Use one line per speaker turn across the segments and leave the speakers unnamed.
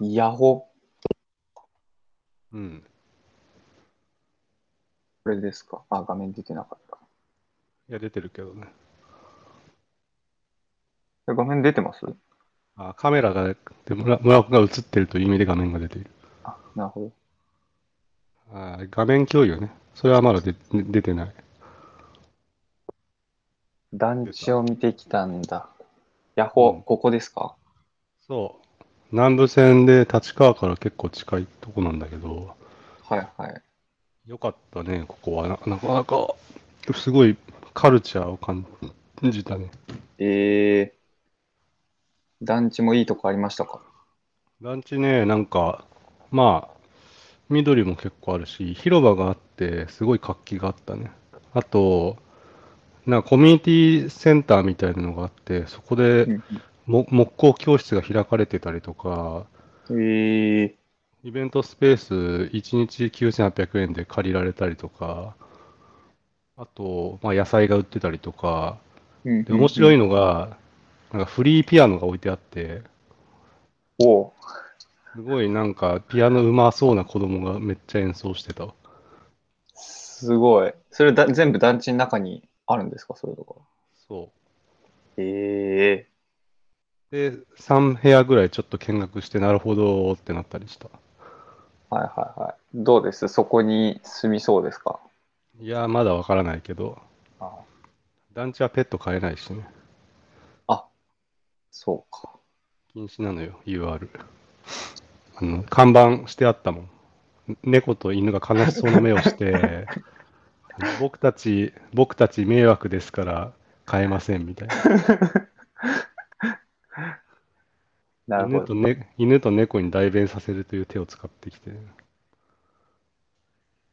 ヤホ
うん。
これですかあ、画面出てなかっ
いや、出てるけどね。
た。え画面出てます
あ、カメラが、で村村岡が映ってるという意味で画面が出ている。
あ、なるほど。
あ画面共有ね。それはまだで出てない。
団地を見てきたんだ。ヤホー、
うん
ここですか
そう。南武線で立川から結構近いとこなんだけど、
はいはい。
よかったね、ここは。ななかなか、すごいカルチャーを感じたね。
えー、団地もいいとこありましたか
団地ね、なんか、まあ、緑も結構あるし、広場があって、すごい活気があったね。あと、なんかコミュニティセンターみたいなのがあって、そこで
うん
も木工教室が開かれてたりとか、
えー、
イベントスペース1日9800円で借りられたりとか、あと、まあ、野菜が売ってたりとか、
うん
で、面白い
の。
のが、なんかフリーピアノが置いてあって、
おう
すごいなんかピアノうまそうな子供がめっちゃ演奏してたわ。
すごい。それだ全部団地の中にあるんですかそれとか。
そ
ええ
う。で、3部屋ぐらいちょっと見学して、なるほどってなったりした。
はいはいはい。どうですそこに住みそうですか
いやー、まだわからないけど、
あ
団地はペット飼えないしね。
そうか。
禁止なのよ、UR。あの、看板してあったもん。猫と犬が悲しそうな目をして、 あの僕たち、僕たち迷惑ですから飼えませんみたいな。
なる
犬
ほ
と、
ど。
ね、犬と猫に代弁させるという手を使ってきて、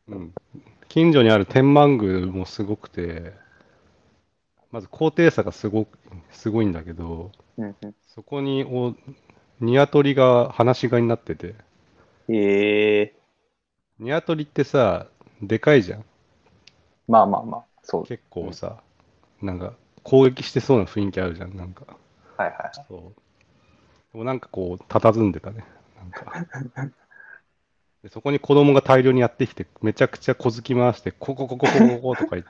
うん、近所にある天満宮もすごくてまず高低差がすごくすごいんだけど
うんうん
そこにお鶏が放し飼いになってて
ええ
鶏ってさでかいじゃん
まあまあまあ、そう。
結構さ、なんか攻撃してそうな雰囲気あるじゃんなんか
はいはい。
そう。でもなんかこう、佇んでたね。なんか。 でそこに子供が大量にやってきて、めちゃくちゃ小突き回して、こここここここことか言 っ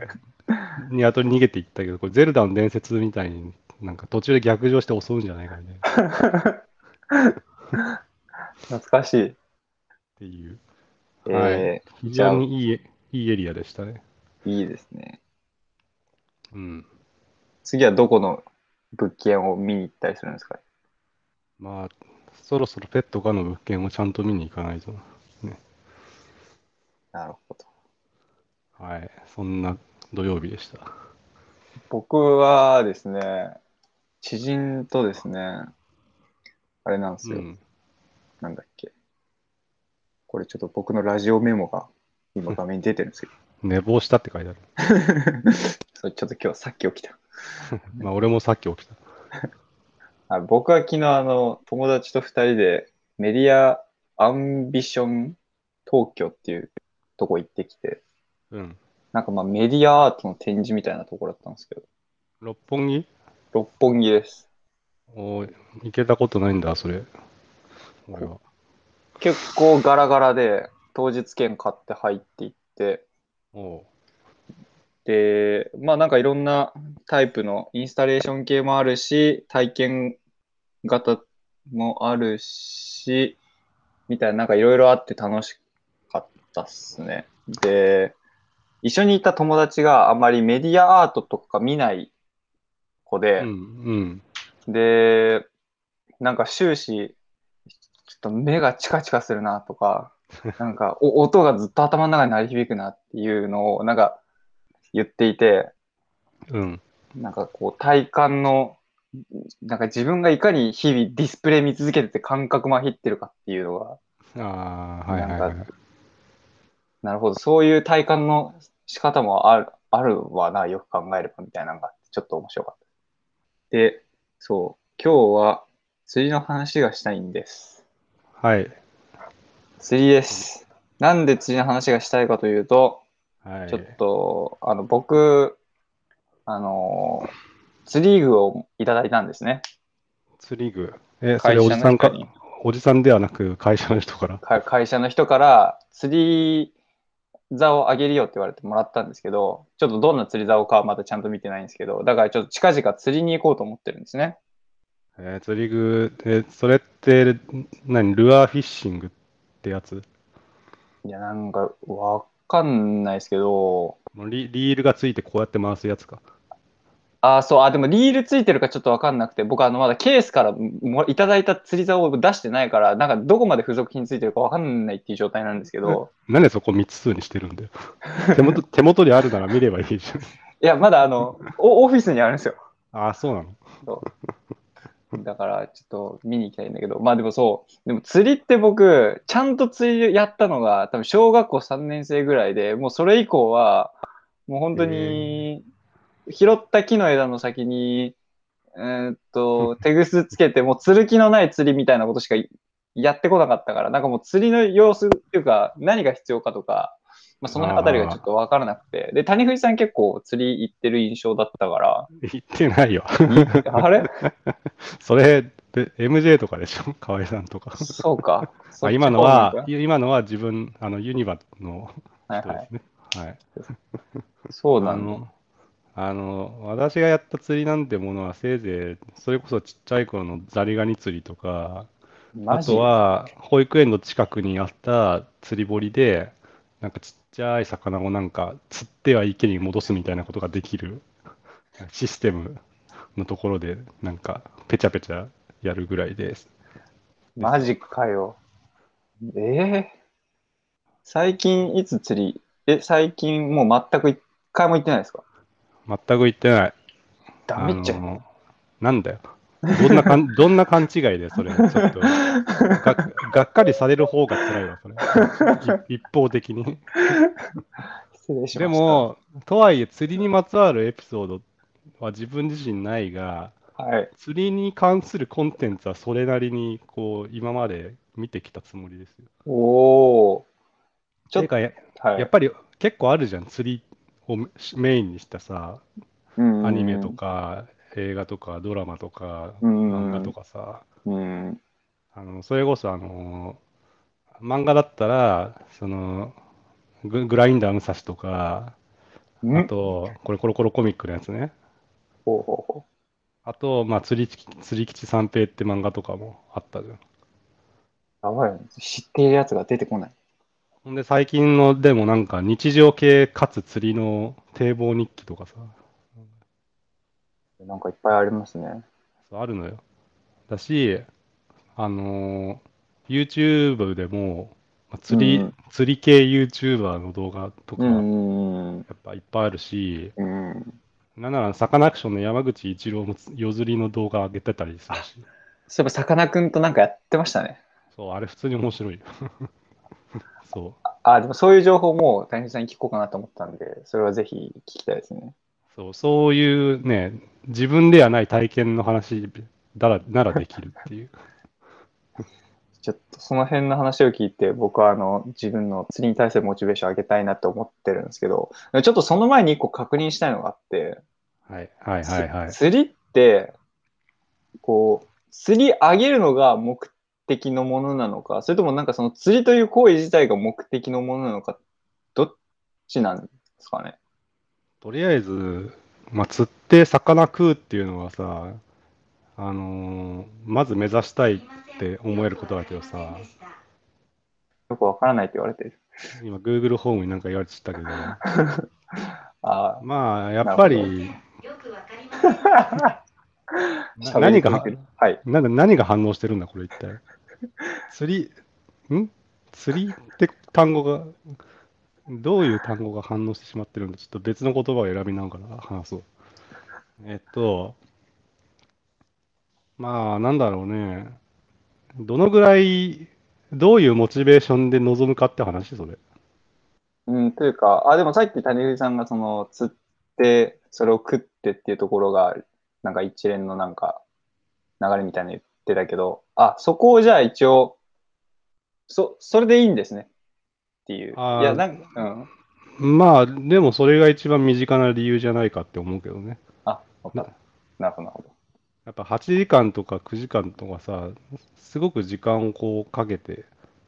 て、ニワトリ逃げていったけど、これゼルダの伝説みたいに、なんか途中で逆上して襲うんじゃないかみたいな。っ
懐かしい。
ていう、
え
はい
え
非
じゃあ
常にいいいいエリアでしたね。
いいですね。
うん。
次はどこの物件を見に行ったりするんですか
まあ、そろそろペットかの物件をちゃんと見に行かないとな。
なるほど。
はい。そんな土曜日でした。
僕はですね、知人とですね、あれなんです
う
よ。
ん。
なんだっけ。これちょっと僕のラジオメモが今画面に出てるんですけど。
寝坊したって書いてある。
そうちょっと今日さっき起きた。
まあ、俺もさっき起きた。
あ僕は昨日あの友達と2人でメディアアンビション東京っていうとこ行ってきて
うん。
なんかまあメディアアートの展示みたいなとこだったんですけど
六本木
六本木です
おー行けたことないんだ、それ。俺は。
結構ガラガラで当日券買って入っていって
おう
でまあなんかいろんなタイプのインスタレーション系もあるし体験型もあるしみたいななんかいろいろあって楽しかったっすねで一緒にいた友達があんまりメディアアートとか見ない子
う
で、
ん、
でなんか終始ちょっと目がチカチカするなとかなんかお音がずっと頭の中に鳴り響くなっていうのをなんか言っていて
うん、うん。
なんかこう体感のなんか自分がいかに日々ディスプレイ見続けてて感覚まひってるかっていうのが
ああ、はいはいはい
な。なるほどそういう体感の仕方もあるあるわなよく考えればみたいなのがあってちょっと面白かったでそう今日は釣りの話がしたいんです
はい。
釣りです。なんで釣りの話がしたいかというと、
はい。
ちょっと、あの、僕、あの、釣り具をいただいたんですね。
釣り具。え、それおじさんか、おじさんではなく会社の人から。
か会社の人から釣り竿をあげるよって言われてもらったんですけど、ちょっとどんな釣り竿かはまだちゃんと見てないんですけど、だからちょっと近々釣りに行こうと思ってるんですね。
えー釣り具、えーそれって、ん何、ルアーフィッシングってやつ
いや、なんかわかんないですけど、
リリールがついてこうやって回すやつか。
あーそう、あ、でもリールついてるかちょっとわかんなくて、僕あのまだケースからもいただいた釣り竿を出してないから、なんかどこまで付属品ついてるかわかんないっていう状態なんですけど、
なんでそこ3つ数にしてるんだ よ。手元手元にあるなら見ればいいじゃん。
いや、まだあの、おオフィスにあるんですよ。
ああ、そうなの。
だから、ちょっと見に行きたいんだけど、まあでもそう、でも釣りって僕、ちゃんと釣りやったのが、多分小学校3年生ぐらいで、もうそれ以降は、もう本当に、拾った木の枝の先に、えーっ と、手ぐすつけて、もう釣る気のない釣りみたいなことしかやってこなかったから、なんかもう釣りの様子っていうか、何が必要かとか、まあ、そのあたりがちょっと分からなくて、で、谷藤さん結構釣り行ってる印象だったから、
言ってないよ。
あれ
それで MJ とかでしょ 河合さんとか。
そうか。
あ今の
そっ
は、
ち
今のは自分、あのユニバの
方面か
人
はいは
で
い
すね。はい。
そう
あ
なの。
の、あの、私がやった釣りなんてものはせいぜい、それこそちっちゃい頃のザリガニ釣りとか、あ
マジ
とは保育園の近くにあった釣り堀で、なんかちっちゃい魚をなんか釣っては池に戻すみたいなことができるシステムのところで、なんかペチャペチャやるぐらいです。
マジかよ。ええ最近いつ釣りえ、最近もう全く一回も行ってないですか
全く言ってない。
ダメっちゃ
あ
う。
のなんだよ。どんな かんどんな勘違いで、それ。ちょっとが、がっかりされる方が辛いわ、それ。い一方的に。
失礼しました。
で、も、とはいえ、釣りにまつわるエピソードは自分自身ないが、
はい。
釣りに関するコンテンツはそれなりに、こう、今まで見てきたつもりですよ。
おおー。ちょ
て
っと、
かや、
はい。
やっぱり結構あるじゃん、釣りをメインにしたさ、
うん
アニメと。か、映画とか、ドラマとか、
うん
漫画とかさ。
うん。
あの、それこそ、あのー漫画だったら、その、グ、グラインダー武蔵とか、あ
ん
と、これコロコロコミックのやつね。
ほうほうほ
あと、まあ、釣りき、釣り吉三平って漫画とかもあったじゃん。
う。やばい。知っているやつが出てこない。
ほんで、最近の、でもなんか、日常系かつ釣りの堤防日記とかさ、
なんかいっぱいありますね。
そうあるのよ。だし、あのー YouTube でも、まあ釣り、
うん
釣り系 YouTuber の動画とか、
う
や
ん。
っぱいっぱいあるし、
うん。
なんならサカナクションの山口一郎も夜釣りの動画上げてたりするし、
そういえば、さかなクンとなんかやってましたね。
そう、あれ普通に面白いよ。 そう、
あ、でもそういう情報も谷口さんに聞こうかなと思ったんで、それはぜひ聞きたいですね。
そう、そういうね、自分ではない体験の話だらならできるって いう。
ちょっとその辺の話を聞いて、僕はあの自分の釣りに対するモチベーションを上げたいなと思ってるんですけど、ちょっとその前に一個確認したいのがあって、
はい、はい、はい、はい
つ。釣りって、こう、釣り上げるのが目的のものなのか、それともなんかその釣りという行為自体が目的のものなのか、どっちなんですかね。
とりあえず、まあ、釣って魚食うっていうのはさ、あのーまず目指したいって思えることだけどさ、
よくわからないって言われてる。
今 Google ホームになんか言われてたけど、
あ
まあ、やっぱ り、な
あ、
何
喋
が
り続け、るはい。
なんだ、何が反応してるんだ、これ一体。釣り、ん釣りって単語が、どういう単語が反応してしまってるんだ、ちょっと別の言葉を選びながら話そう。えっと、まあ、なんだろうね。どのぐらい、どういうモチベーションで臨むかって話、それ。
うん、というか、あ、でもさっき谷口さんがその釣って、それを食ってっていうところが、なんか一連のなんか流れみたいに言ってたけど、あ、そこをじゃあ一応、そ、それでいいんですね。っていう。
あー
いや、なんか、うん。
まあ、でもそれが一番身近な理由じゃないかって思うけどね。
あ、わかったな
な
るほど、なるほど。
やっぱ8時間とか9時間とかさ、すごく時間をこうかけて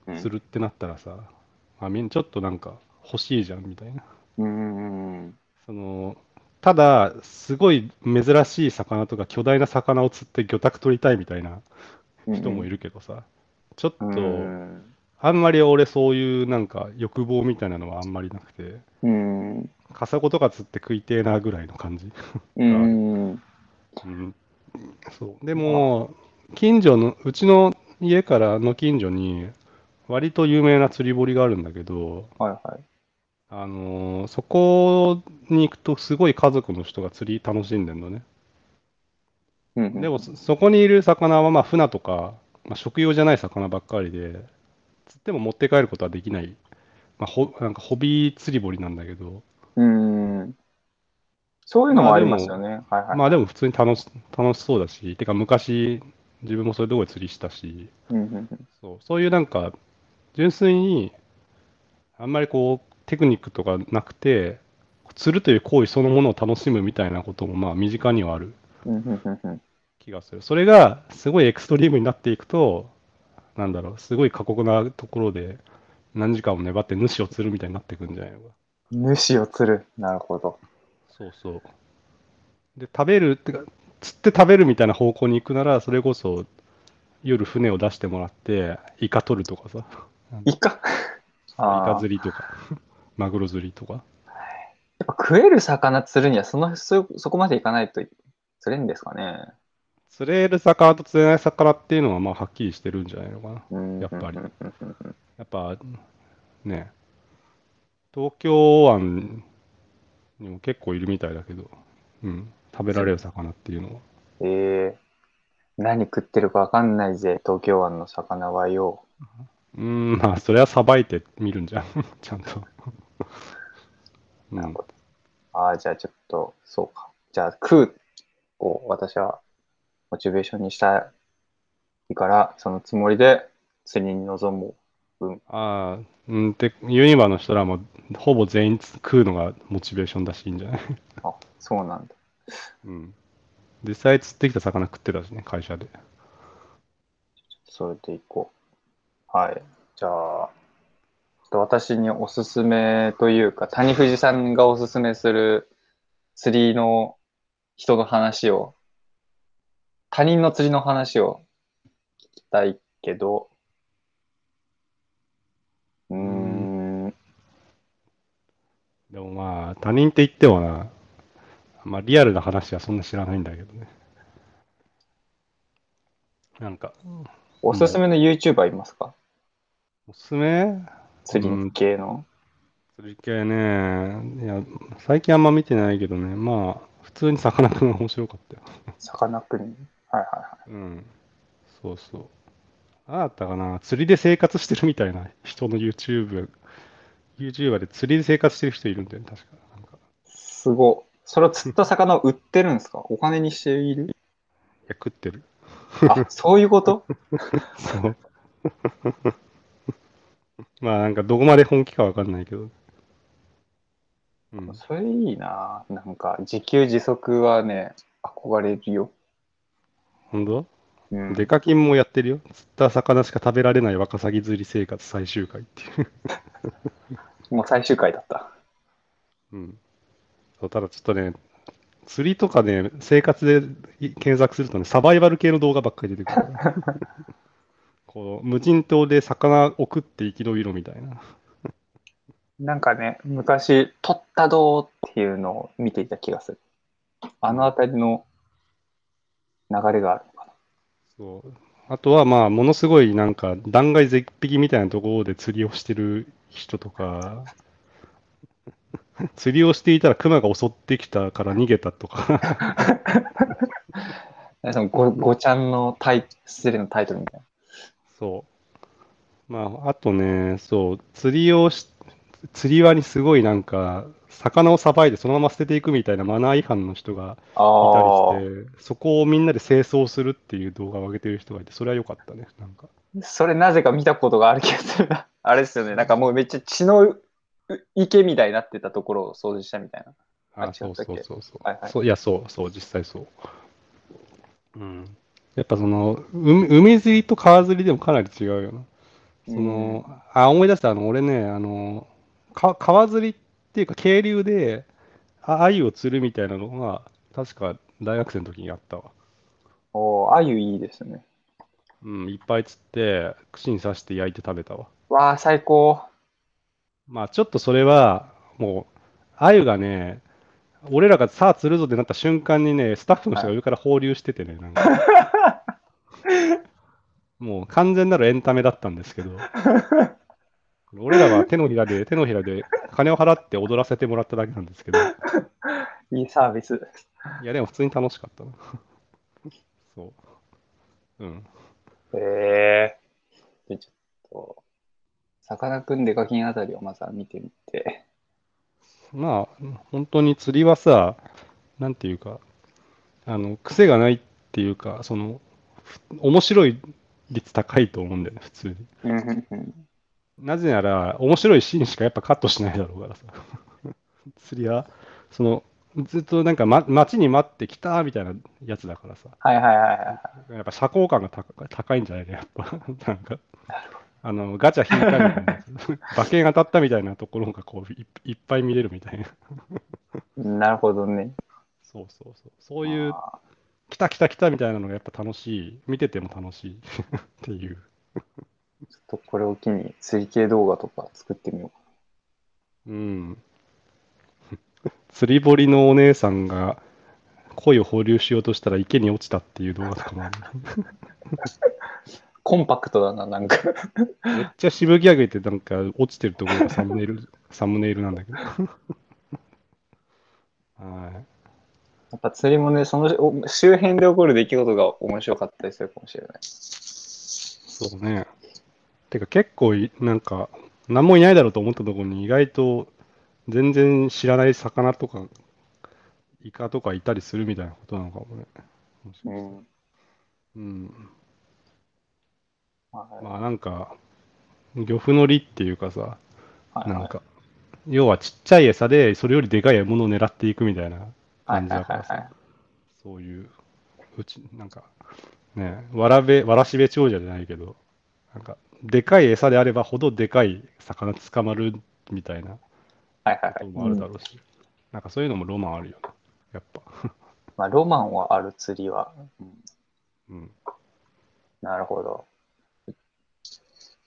うん
するってなったらさ、まあ、みんちょっとなんか欲しいじゃんみたいな。
うんうん
そのただ、すごい珍しい魚とか巨大な魚を釣って魚拓取りたいみたいな
うん。
人もい
る
るけどさ、ちょっと
うん。
あんまり俺そういうなんか欲望みたいなのはあんまりなくて、
うん。
カサゴとか釣って食いてえなぐらいの感じ。
うん。
うん、そうでも、近所の、うちの家からの近所に、割と有名な釣り堀があるんだけど、
はいはい。
あのーそこに行くと、すごい家族の人が釣り楽しんでんのね。
うんうん
でも、そそこにいる魚は、まあ、船とか、まあ、食用じゃない魚ばっかりで、釣っても持って帰ることはできない、まあ、ほなんかホビー釣り堀なんだけど、
うん。そういうのもありますよね。はいはい。
まあでも普通に楽し、楽しそうだし、てか昔、自分もそういうとこで釣りしたし、
うんうんうん
そう、そういうなんか、純粋に、あんまりこう、テクニックとかなくて、釣るという行為そのものを楽しむみたいなことも、まあ、身近にはある
うんうんうんうん
気がする。それが、すごいエクストリームになっていくと、なんだろう、すごい過酷なところで、何時間も粘って主を釣るみたいになっていくんじゃないのか。
主を釣る。なるほど。
そうそう。で、食べるってか、釣って食べるみたいな方向に行くなら、それこそ、夜船を出してもらって、イカ取るとかさ。
イカ。
イ
あー
カ釣りとか、マグロ釣りとか。
やっぱ食える魚釣るにはそのそそこまでいかないと釣れんですかね。
釣れる魚と釣れない魚っていうのは、まあ、はっきりしてるんじゃないのかな。
うん
やっぱり
うんうんうんうん
やっぱ、ね、東京湾にも結構いるみたいだけど、うん、食べられる魚っていうのは。
えー、何食ってるかわかんないぜ、東京湾の魚はよ。
うん、まあ、それはさばいてみるんじ ゃん、ちゃんと。う
なる
ん
ほ、ど。ああ、じゃあちょっと、そうか。じゃあ、食うを私はモチベーションにしたいから、そのつもりで釣りに臨もう。うん、
ああ、うん、で、ユニバの人らも、ほぼ全員食うのがモチベーションだし、いいんじゃない
あ、そうなんだ。
うん。実際釣ってきた魚食ってたしね、会社で。
それでいこう。はい。じゃあ、ちょっと私におすすめというか、谷藤さんがおすすめする釣りの人の話を、他人の釣りの話を聞きたいけど、うーん、
でもまあ、他人って言ってもな、まあ、リアルな話はそんな知らないんだけどね。なんか、
おすすめの YouTuber いますか
おすすめ
釣り系の。
釣り系ね、いや、最近あんま見てないけどね、まあ、普通にさかなクンが面白かったよ。
さかなクン。はいはいはい。
うん。そうそう。あだったかな、釣りで生活してるみたいな人の YouTube、YouTuber で釣りで生活してる人いるんだよね、確か。なんか
すごい。それを釣った魚を売ってるんですかお金にしている
いや、食ってる。
あ、そういうこと
そう。まあなんかどこまで本気かわかんないけど。うん、
それいいなぁなんか自給自足はね憧れるよ、
本当
うん、
デカキンもやってるよ。釣った魚しか食べられないワカサギ釣り生活最終回っていう。
もう最終回だった
うん、そうただちょっとね、釣りとかね、生活でい検索するとね、サバイバル系の動画ばっかり出てく るから。こう無人島で魚を食って生き延びろみたいな。
なんかね昔「取ったどう」っていうのを見ていた気がするあの辺りの流れがあるのか
そう。あとは、まあ、ものすごい、なんか、断崖絶壁みたいなところで釣りをしてる人と か、釣りをしていたら熊が襲ってきたから逃げたとか、
なそのごごちゃんのタイ失礼のタイトルみたい
そう。まあ、あとね、そう、釣りをし、釣り輪にすごいなんか、魚をさばいてそのまま捨てていくみたいなマナー違反の人が
なあ
いたりして、そこをみんなで清掃するっていう動画を上げてる人がいて、それは良かったね、なんか。
それなぜか見たことがある気がするなあれですよねなんかもうめっちゃ血のう池みたいになってたところを掃除したみたいな
あ、
あ違
そ
っ
う
た
そ
っけ
うそうそう。
はいはい
そういや、そうそう、実際そう。うん。やっぱその、海海釣りと川釣りでもかなり違うよな。その、あ、思い出した、あの、俺ね、あの、か、川釣りっていうか、渓流で、あ、鮎を釣るみたいなのが、確か大学生の時にあったわ。
おー、あゆいいですね。
うん、いっぱい釣って、串に刺して焼いて食べたわ。
わあ、最高。
まあ、ちょっとそれは、もう、鮎がね、俺らがさあ釣るぞってなった瞬間にね、スタッフの人が上から放流しててね、なんか。もう完全なるエンタメだったんですけど、俺らは手のひらで、手のひらで金を払って踊らせてもらっただけなんですけど、い
いいサービス。
や、でも普通に楽しかったな。そう。うん。
ええで、ちょっと、さかなクンデカキンあたりをまずは見てみて。
まあ、本当に釣りはさ、なんていうか、あの、癖がないっていうか、その、ふ面白い率高いと思うんだよね、普通に。
うんうんうん
なぜなら、面白いシーンしかやっぱカットしないだろうからさ。 釣りは、その、ずっとなんか、ま、待ちに待ってきたみたいなやつだからさ。
はいはいはいは
やっぱ社交感が高高いんじゃないのやっぱ。 なんか、あの、ガチャ引いたみたいな、馬券当たったみたいなところがこうい、いっぱい見れるみたいな。
い。なるほどね。
そうそうそう。そういう、
あ
来た来た来たみたいなのがやっぱ楽しい。見てても楽しい っていう。
ーちょっとこれを機に、釣り系動画とか作ってみよ
うん。釣り堀のお姉さんが鯉を放流しようとしたら池に落ちたっていう動画とかもある。
う。コンパクトだな、なんか。
めっちゃしぶき上げてなんか落ちてるところがサムネイル、サムネイルなんだけど。 はい。
やっぱ釣りもね、そのお周辺で起こる出来事が面白かったりするかもしれない。
そうね。てか結構いなんか何もいないだろうと思ったところに意外と全然知らない魚とかイカとかいたりするみたいなことなのかもね。もしかして
ん。
うん。
はい
まあなんか漁夫の利っていうかさ、
はい
なんか要はちっちゃい餌でそれよりでかいものを狙っていくみたいな
はい
感じだから
はいはい
さ、そういううちなんかねわらべわらしべ長者じゃないけどなんかでかい餌であればほどでかい魚捕まるみたいな
はいはい
こと
はい
もあるだろうし、なんかそういうのもロマンあるよなやっぱ
まあ、ロマンはある釣りは。うん
うん
なるほど。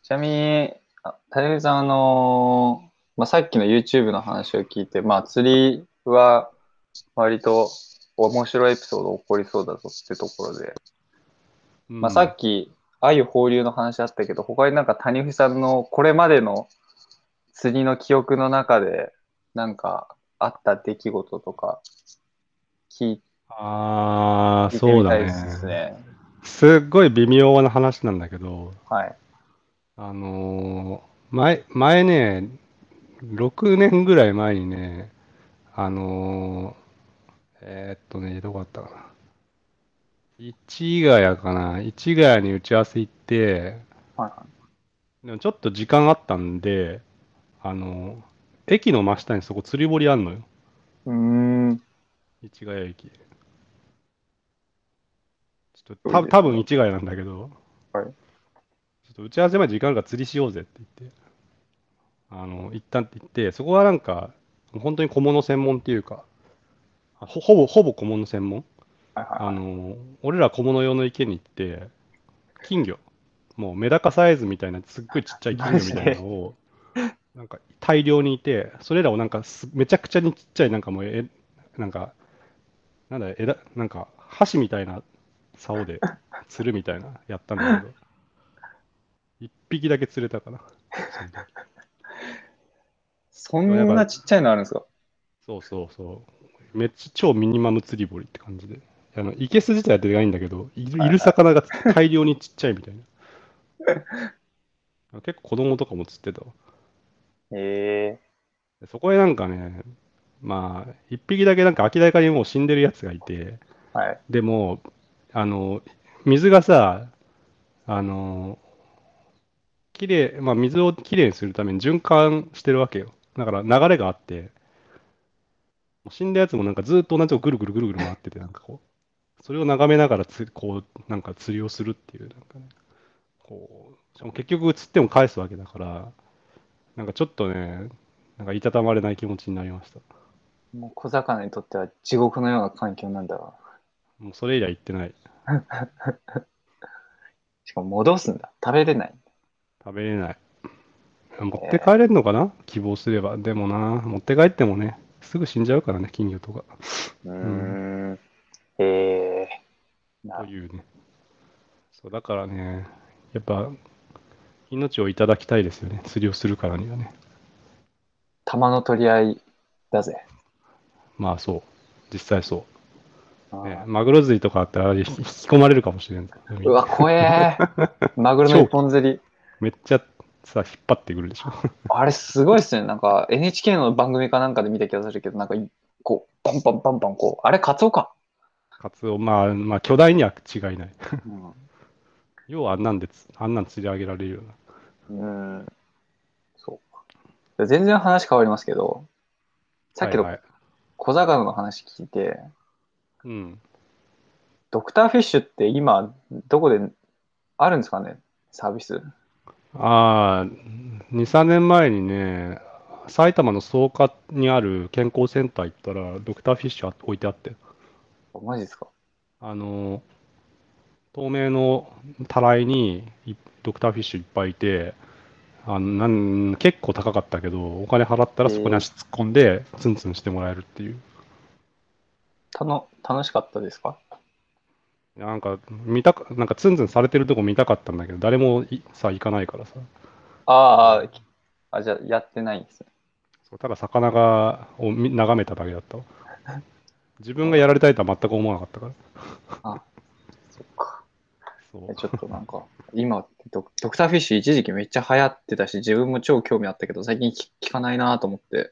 ちなみに、あたゆさん、あのーまあ、さっきの YouTube の話を聞いて、まあ、釣りは割と面白いエピソード起こりそうだぞってところで、まあ、さっき、鮎放流の話あったけど、他になんか谷藤さんのこれまでの釣りの記憶の中で、なんかあった出来事とか聞い
あ
聞い
あ
て
そう
みた
だ
い
ね
ですね。
すっごい微妙な話なんだけど
はい。
あのー前、前ね、6年ぐらい前にね、あのーえーっとね、どこだったかな。市ヶ谷かな。市ヶ谷に打ち合わせ行って、
はい
でもちょっと時間あったんで、あのー駅の真下にそこ釣り堀あんのよ。
うーん。
市ヶ谷駅。ちょっと、た、多分市ヶ谷なんだけど、
はい
ちょっと打ち合わせまで時間あるから釣りしようぜって言って、あの、行ったって言って、そこはなんか、本当に小物専門っていうか、あほ、ほぼ、ほぼ小物専門。
はいはい
あの、俺ら小物用の池に行って、金魚、もうメダカサイズみたいな、すっごいちっちゃい金魚みたいなのを、なんか大量にいて、それらをなんかすめちゃくちゃにちっちゃい、なんかもう、え、なんか、なんだ、枝、なんか箸みたいな竿で釣るみたいな、やったんだ けど、一匹だけ釣れたかな。その時
そんなちっちゃいのあるんですか
そうそうそう。めっちゃ超ミニマム釣り堀って感じで。あの、いけす自体はでかいんだけど、いるいる魚が大量にちっちゃいみたいな。 結構子供とかも釣ってたわ。
へえ
でそこへなんかね、まあ、一匹だけなんか明らかにもう死んでるやつがいて、
はい。
でも、あの、水がさ、あの、きれい、まあ、水をきれいにするために循環してるわけよ。だから流れがあって、死んだやつもなんかずっと同じとこぐるぐるぐるぐる回ってて、なんかこう、それを眺めながらつこうなんか釣りをするっていうなんか、ね、こうしかも結局釣っても返すわけだからなんかちょっとねなんかいたたまれない気持ちになりました
もう小魚にとっては地獄のような環境なんだわ。
もうそれ以来行ってない
しかも戻すんだ。食べれない。
食べれない持って帰れるのかな希望すればでもな持って帰ってもねすぐ死んじゃうからね金魚とか
うー
ん
ん。ええな
というねそうだからねやっぱ命をいただきたいですよね釣りをするからにはね
玉の取り合いだぜ。
まあそう実際そう
あー
ね、マグロ釣りとかあったらあれ引き込まれるかもしれんぞ
うわ、怖え。 マグロの一本釣り。
めっちゃさ引っ張ってくるでしょ
あれすごいっすね。なんか NHK の番組かなんかで見た気がするけど、なんかいこう、パンパンパンパン、こう、あれ、カツオか。
カツオまあまあ巨大には違いない
うん
要はあんなんでつあんなん釣り上げられるような
うん。そう。全然話変わりますけど、さっき
は
の
いはい
小魚の話聞いて、
うん
ドクターフィッシュって今、どこであるんですかねサービス。
ああ、2、3年前にね、埼玉の草加にある健康センター行ったら、ドクターフィッシュあ置いてあって、
あマジですか
あの、透明のたらいにいドクターフィッシュいっぱいいて、あのなん結構高かったけど、お金払ったらそこに足突っ込んで、ツンツンしてもらえるっていう。
たの楽しかったですか
なんか、見たか、なんかツンツンされてるとこ見たかったんだけど、誰もいさ、行かないからさ。
あーあ、あ、じゃあやってないんですね。
そうただ魚がを見眺めただけだったわ。自分がやられたいとは全く思わなかったから。
そっか。
そう
えちょっとなんか、今ド、ドクターフィッシュ一時期めっちゃ流行ってたし、自分も超興味あったけど、最近聞聞かないなと思って、っ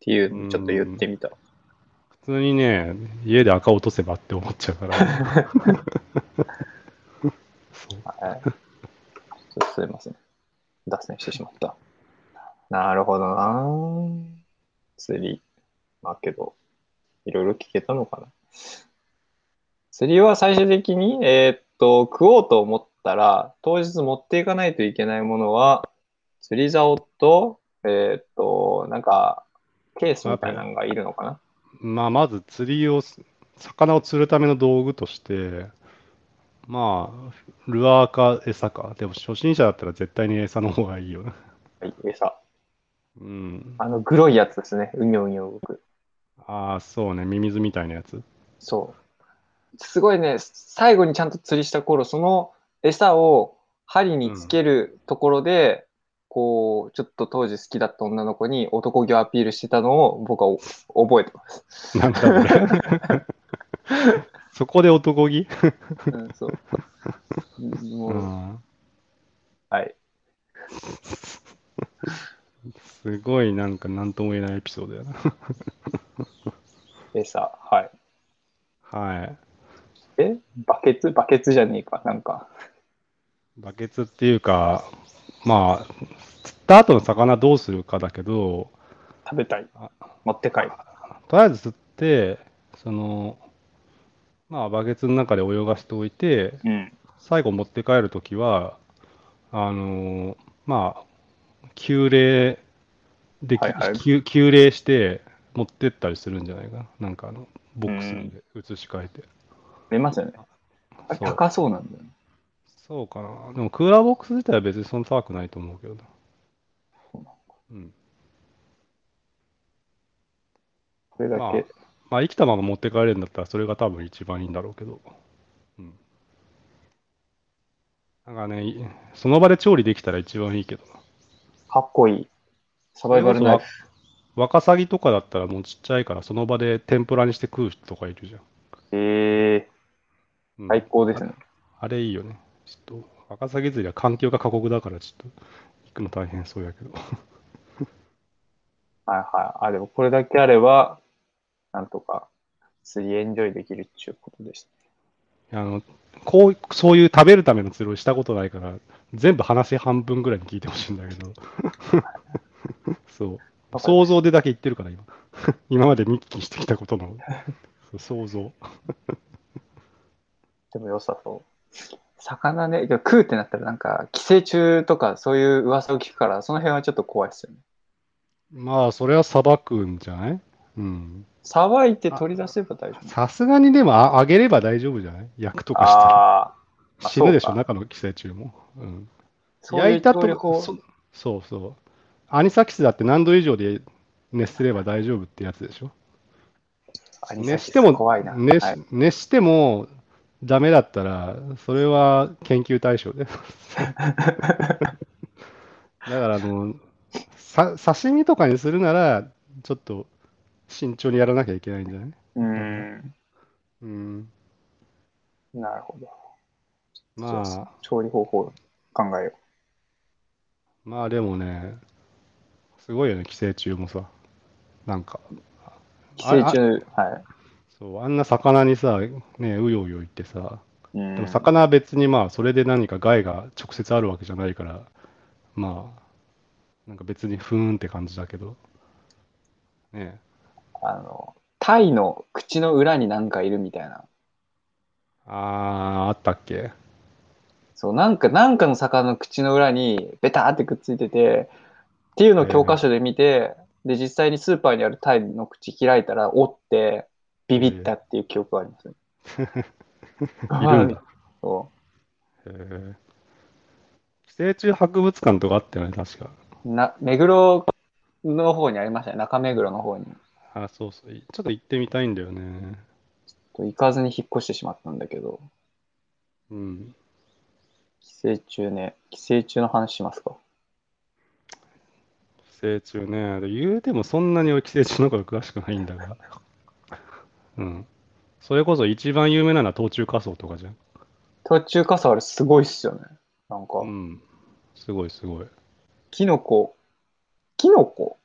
ていうう、
ん
ちょっと言ってみた。
普通にね、家で赤落とせばって思っちゃうから。そう
はい。ちょっとすいません。脱線してしまった。なるほどなぁ釣り。まあけど、いろいろ聞けたのかな。釣りは最終的に、えーっと、食おうと思ったら、当日持っていかないといけないものは、釣り竿と、えーっと、なんか、ケースみたいなのがいるのかな。
まあ、まず釣りをす、魚を釣るための道具として、まあ、ルアーか餌か。でも初心者だったら絶対に餌の方がいいよな。
はい、餌。
うん。
あの、黒いやつですね。うにょうにょ動く。
ああ、そうね。ミミズみたいなやつ。
そう。すごいね、最後にちゃんと釣りした頃、その餌を針につけるところで、こう、ちょっと当時好きだった女の子に男気をアピールしてたのを僕はお覚えてます。
なんだこれ。 そこで男気
うん、そう。もう
うん
はい。
すごいなんか何とも言えないエピソードやな。
餌、はい。
はい。
えバケツバケツじゃねえか、なんか。
バケツっていうか、まあ、釣った後の魚どうするかだけど、
食べたい
あ。
持って帰る。
とりあえず釣って、その、まあ、バケツの中で泳がしておいて、
うん。
最後持って帰るときは、あのーまあ、急冷で、
はいはい
急急冷して持ってったりするんじゃないかな。なんかあの、ボックス
うん
で移し替えて。
出ますよね。あれ
そう
高そうなんだよね。
そうかな。でもクーラーボックス自体は別にそんな高くないと思うけどな。
そうなんだ
うん。
これだ
まあ
け。
まあ、生きたまま持って帰れるんだったら、それが多分一番いいんだろうけど。うん。なんかね、いその場で調理できたら一番いいけどな。
かっこいい。サバイバルナイフ。
ワカサギとかだったらもうちっちゃいから、その場で天ぷらにして食う人とかいるじゃん。
え
う
ー、
ん
最高ですね。
あれいいよね。ちょっと、ワカサギ釣りは環境が過酷だから、ちょっと、行くの大変そうやけど。
はいはい。あ、でもこれだけあれば、なんとか釣りエンジョイできるっていうことでした。
あの、こう、そういう食べるための釣りをしたことないから、全部話半分ぐらいに聞いてほしいんだ けど。そう。想像でだけ言 ってるから、今。今まで見聞きしてきたことの。そう想像。
でも良さそう。魚ね、でも食うってなったらなんか寄生虫とかそういう噂を聞くから、その辺はちょっと怖いですよね。
まあ、それはさばくんじゃないうん。
さばいて取り出せば大丈夫。
さすがにでも、あ、揚げれば大丈夫じゃない焼くとかして
ああ
死ぬでし
そう
ょ、
か
中の寄生虫も。うん、
そういう
焼いたと
協力を
そ、そうそう。アニサキスだって何度以上で熱すれば大丈夫ってやつでしょ。
あ
熱しても
怖いな。
熱し
はい
熱してもダメだったら、それは研究 対象で。だからあの、さ刺身とかにするなら、ちょっと慎重にやらなきゃいけないんじゃない
うん。
うん。
なるほど。
ま
そう
あ、
調理方法考えよ
まあでもね、すごいよね、寄生虫もさ。なんか、
う。寄生虫、は
そう、あんな魚にさ、ね、うようよ言ってさ、
い。うん
でも魚は別にまあ、それで何か害が直接あるわけじゃないから、まあ、なんか別にふーんって感じだけど、ね
あの、タイの口の裏になんかいるみたいな。
あー、あったっけ
そう、なんか、なんかの魚の口の裏にベターってくっついてて、っていうのを教科書で見て、で、実際にスーパーにあるタイの口開いたら折って、ビビったっていう記憶がありますね。
いるんだ。
そ
へー寄生虫博物館とかあったよね、確か。
う。な、目黒の方にありましたね。中目黒の方に。ちょ
あ、そうそう。いちょっと行ってみたいんだよね。
っと行かずに引っ越してしまったんだけど、
うん。
寄生虫ね、寄生虫の話しますか。
寄生虫ね。で言うてもそんなに俺寄生虫のこと詳しくないんだが。 うん。それこそ一番有名なのは冬虫夏草とかじゃん。
途中火あれすごいっすよね。なんか、
うん。すごいすごい。
キノコ、キノコ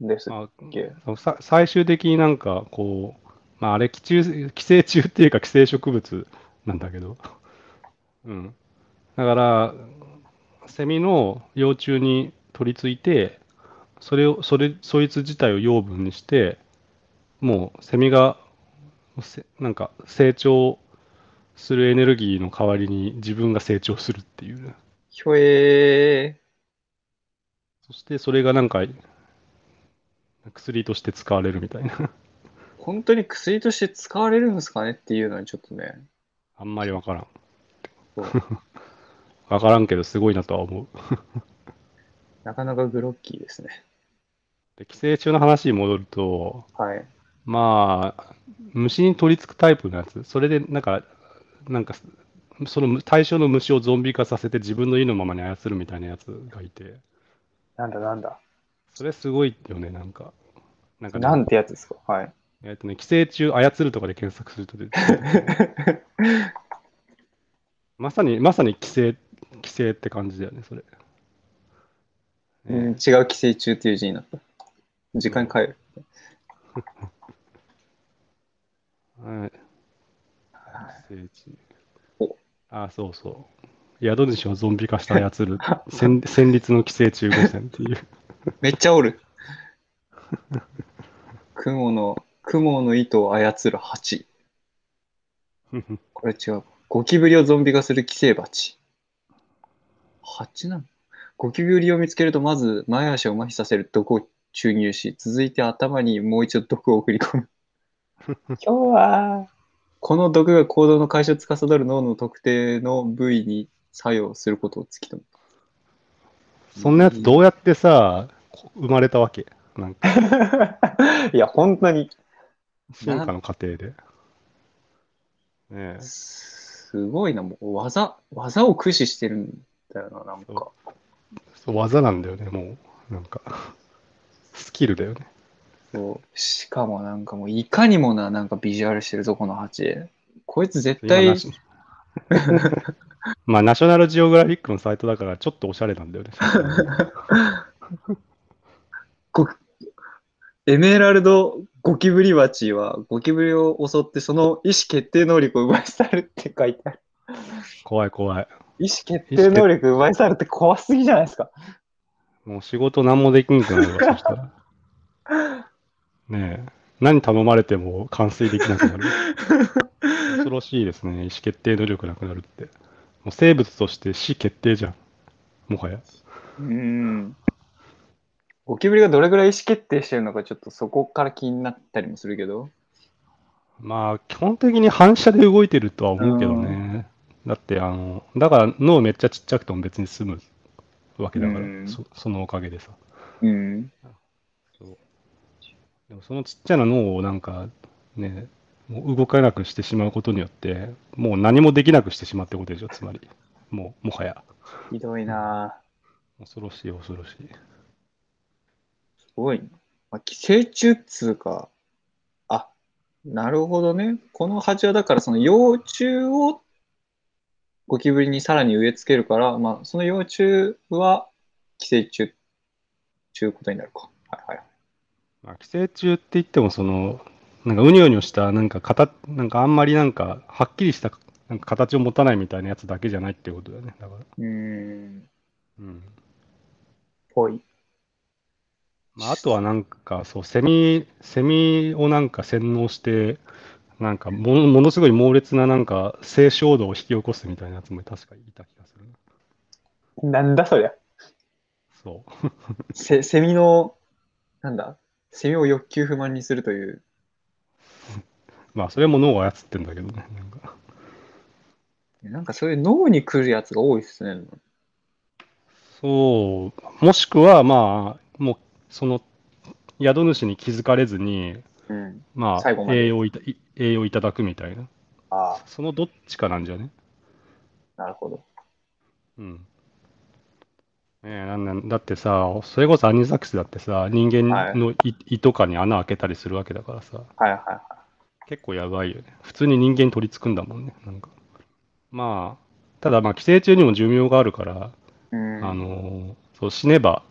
ですっ
あ、
け
さ最終的になんかこう、まああれ寄虫、寄生虫っていうか寄生植物なんだけど。 うん。だから、セミの幼虫に取り付いて、それを、それ、そいつ自体を養分にして、もうセミが、せなんか成長するエネルギーの代わりに自分が成長するっていう。
ひょえ
そしてそれがなんか、薬として使われるみたいな。
ー、本当に薬として使われるんですかねっていうのにちょっとね、
あんまりわからん。
そう
わからんけど、すごいなとは思う。
なかなかグロッキーですね。
で寄生虫の話に戻ると、
はい。
まあ、虫に取り付くタイプのやつ、それでなんか、なんか、その対象の虫をゾンビ化させて自分の意のままに操るみたいなやつがいて、
なんだなんだ。
それすごいよね、なんか。なんかね
なんてやつですかはい。
えっとね、寄生虫操るとかで検索すると出てくる、 まさに、まさに寄生、寄生って感じだよね、それ。
う
ね
ん、違う寄生虫っていう字になった。時間に帰る。
はい。寄生虫
お。
あ、そうそう。宿主をゾンビ化した操る 戦、戦慄の寄生虫5選っていう。
めっちゃお る。雲の、雲の糸を操る蜂。これ違う。ゴキブリをゾンビ化する寄生蜂。蜂なのゴキブリを見つけると、まず前足を麻痺させる毒を注入し、続いて頭にもう一度毒を送り 込む。今日は、この毒が行動の開始を司る脳の特定の部位に作用することを突き止め
そんなやつどうやってさ、こ生まれたわけなんか、
た。いや、本当に。
進化の過程で。ねえ。
すごいな、もう技、技を駆使してるんだよな、なんか
そ。そう技なんだよね、もう。なんか、スキルだよね。
そうしかもなんかもういかにもななんかビジュアルしてるぞこの蜂こいつ絶
今
対
ナシ まあ、ナショナルジオグラフィックのサイトだから、ちょっとおしゃれなんだよね。
ごエメラルドゴキブリバチはゴキブリを襲ってその意思決定能力を奪い去るって書いてある
怖い怖い。
意思決定能力奪い去るって怖すぎじゃないですか
もう仕事何もできんくなるわ、そしたら。ねえ。何頼まれても完遂できなくなる。恐ろしいですね。意思決定能力なくなるって。もう生物として死決定じゃん。もはや。
うん。ゴキブリがどれぐらい意思決定してるのか、ちょっとそこから気になったりもするけど。
まあ、基本的に反射で動いてるとは思うけどね。だって、あの、だから脳めっちゃちっちゃくても別に済むわけだから、
うん
そそのおかげでさ。
うん。
でもそのちっちゃな脳をなんかね、もう動かなくしてしまうことによって、もう何もできなくしてしまうってことでしょ、つまり。もう、もはや。
ひどいな
恐ろしい、恐ろしい。
ぁすごいな。まあ、寄生虫っつうか。あ、なるほどね。この蜂はだからその幼虫をゴキブリにさらに植え付けるから、まあ、その幼虫は寄生虫、ちゅうことになるか。はいはい。
まあ、寄生虫って言っても、その、なんかうにょうにょした、なんか形、なんかあんまりなんか、はっきりした、なんか形を持たないみたいなやつだけじゃないってことだよね。だから。
うーん。
うん。
ぽい。
まあ、あとはなんか、そう、セミ、セミをなんか洗脳して、なんかもの、ものすごい猛烈ななんか、性衝動を引き起こすみたいなやつも確かいた気がするな。
なんだそりゃ。
そう。
せセミの、なんだセミを欲求不満にするという。
まあ、それも脳を操ってんだけどね。なんか、
なんかそういう脳に来るやつが多いっすね。
そう、もしくは、まあ、もう、その、宿主に気づかれずに、
うん。
まあ
最後、まで
栄養いた、い栄養いただくみたいな。
あ
そのどっちかなんじゃね
あ、なるほど。
うん。ねえ、なんなん、だってさ、それこそアニサキスだってさ、人間の胃、胃とかに穴開けたりするわけだからさ、
はいはいは
結構やばいよね。普通に人間に取り付くんだもんね。なんか。まあ、ただまあ、寄生虫にも寿命があるから、
い。うん。
あのーそう死ねば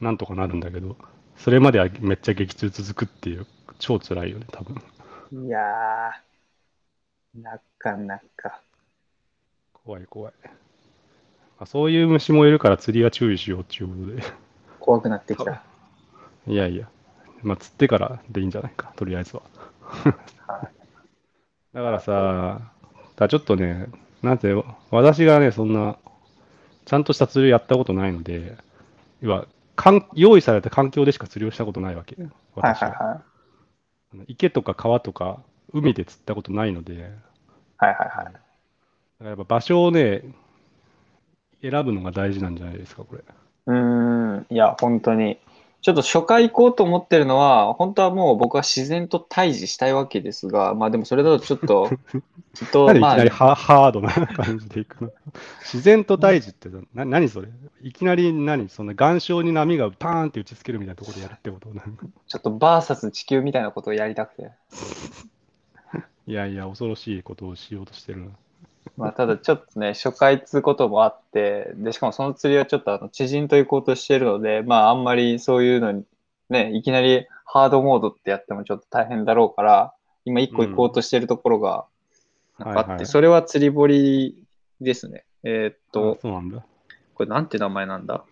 なんとかなるんだけど、それまではめっちゃ激痛続くっていう、超辛いよね、多分。
いやー、なかなか。
怖い怖い。まあ、そういう虫もいるから釣りは注意しようっていうことで。
怖くなってきた。
いやいや、まあ、釣ってからでいいんじゃないか、とりあえずは。だからさ、だからちょっとね、なんて、私がね、そんな、ちゃんとした釣りをやったことないので、要は、かん用意された環境でしか釣りをしたことないわけ。
はい
私
はい
は。
は
あの池とか川とか海で釣ったことないので、だか
い。はいはいはい。
らやっぱ場所をね、選ぶのが大事なんじゃないですか、これ。
うーん。いや、本当に。ちょっと初回行こうと思ってるのは、本当はもう僕は自然と対峙したいわけですが、まあでもそれだとちょっと、 きっ
な
と、
んでいき
まあ
なり、ハハードな感じでい くの自然と対峙ってな、何それいきなり何その岩礁に波がパーンって打ちつけるみたいなところでやるってことなんか
ちょっとバーサス地球みたいなことをやりたくて。
いやいや、恐ろしいことをしようとしてるな。
まあ、ただちょっとね、初回つうこともあって、で、しかもその釣りはちょっとあの知人と行こうとしてるので、まあ、あんまりそういうのに、ね、いきなりハードモードってやってもちょっと大変だろうから、今一個行こうとしてるところがなんかあって、
はいはい
それは釣り堀ですね。えーっ
あ
と、
そうなんだ。
これなんて名前なんだ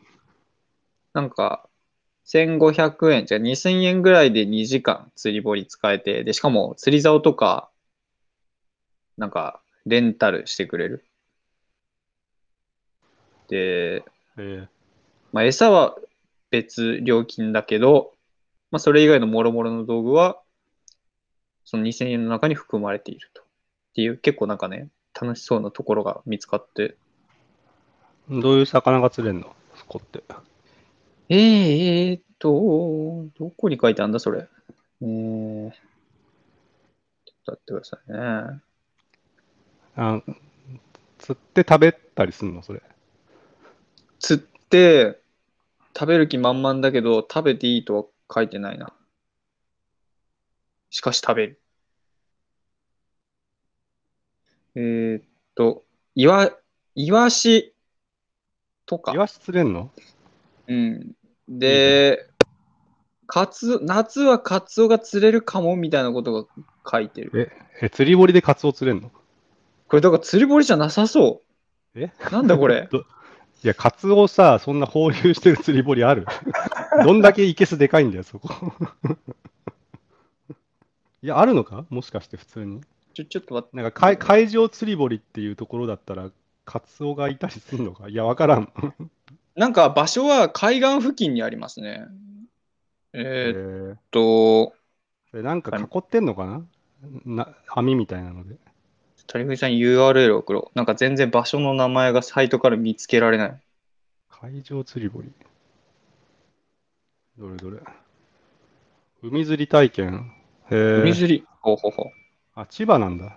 なんか、1500円、じゃあ2000円ぐらいで2時間釣り堀使えて、で、しかも釣り竿とか、なんか、レンタルしてくれる。で、
え
まあ、餌は別料金だけど、まあ、それ以外の諸々の道具は、その2000円の中に含まれていると。っていう、結構なんかね、楽しそうなところが見つかって、
ーどういう魚が釣れんのそこって。
えー、えーっと、どこに書いてあんだ、それ。えー、ちょっと待ってくださいね。
あ釣って食べたりすんのそれ。
釣って、食べる気満々だけど、食べていいとは書いてないな。しかし食べる。えー、っと、いわ、いわしとか
イ。ワシ釣れんの
うん。で、カツ、夏はカツオが釣れるかもみたいなことが書いてる。
え、釣り堀でカツオ釣れんの
これだから釣り堀じゃなさそう。
え。
なんだこれ
どいや、カツオさ、そんな放流してる釣り堀あるどんだけ生けすでかいんだよ、そこ。 いや、あるのかもしかして普通に。
ちょ、ちょっと待って。
なんか海海上釣り堀っていうところだったら、カツオがいたりするのかいや、わからん。
なんか場所は海岸付近にありますね。え
え
ーっ
ー
と、
でなんか囲ってんのかなな網みたいなので。
鳥藤さん URL 送ろう。なんか全然場所の名前がサイトから見つけられない。
海上釣り堀。どれどれ。海釣り体験。へ
海
え。
釣り。ほうほうほう。
あ、千葉なんだ。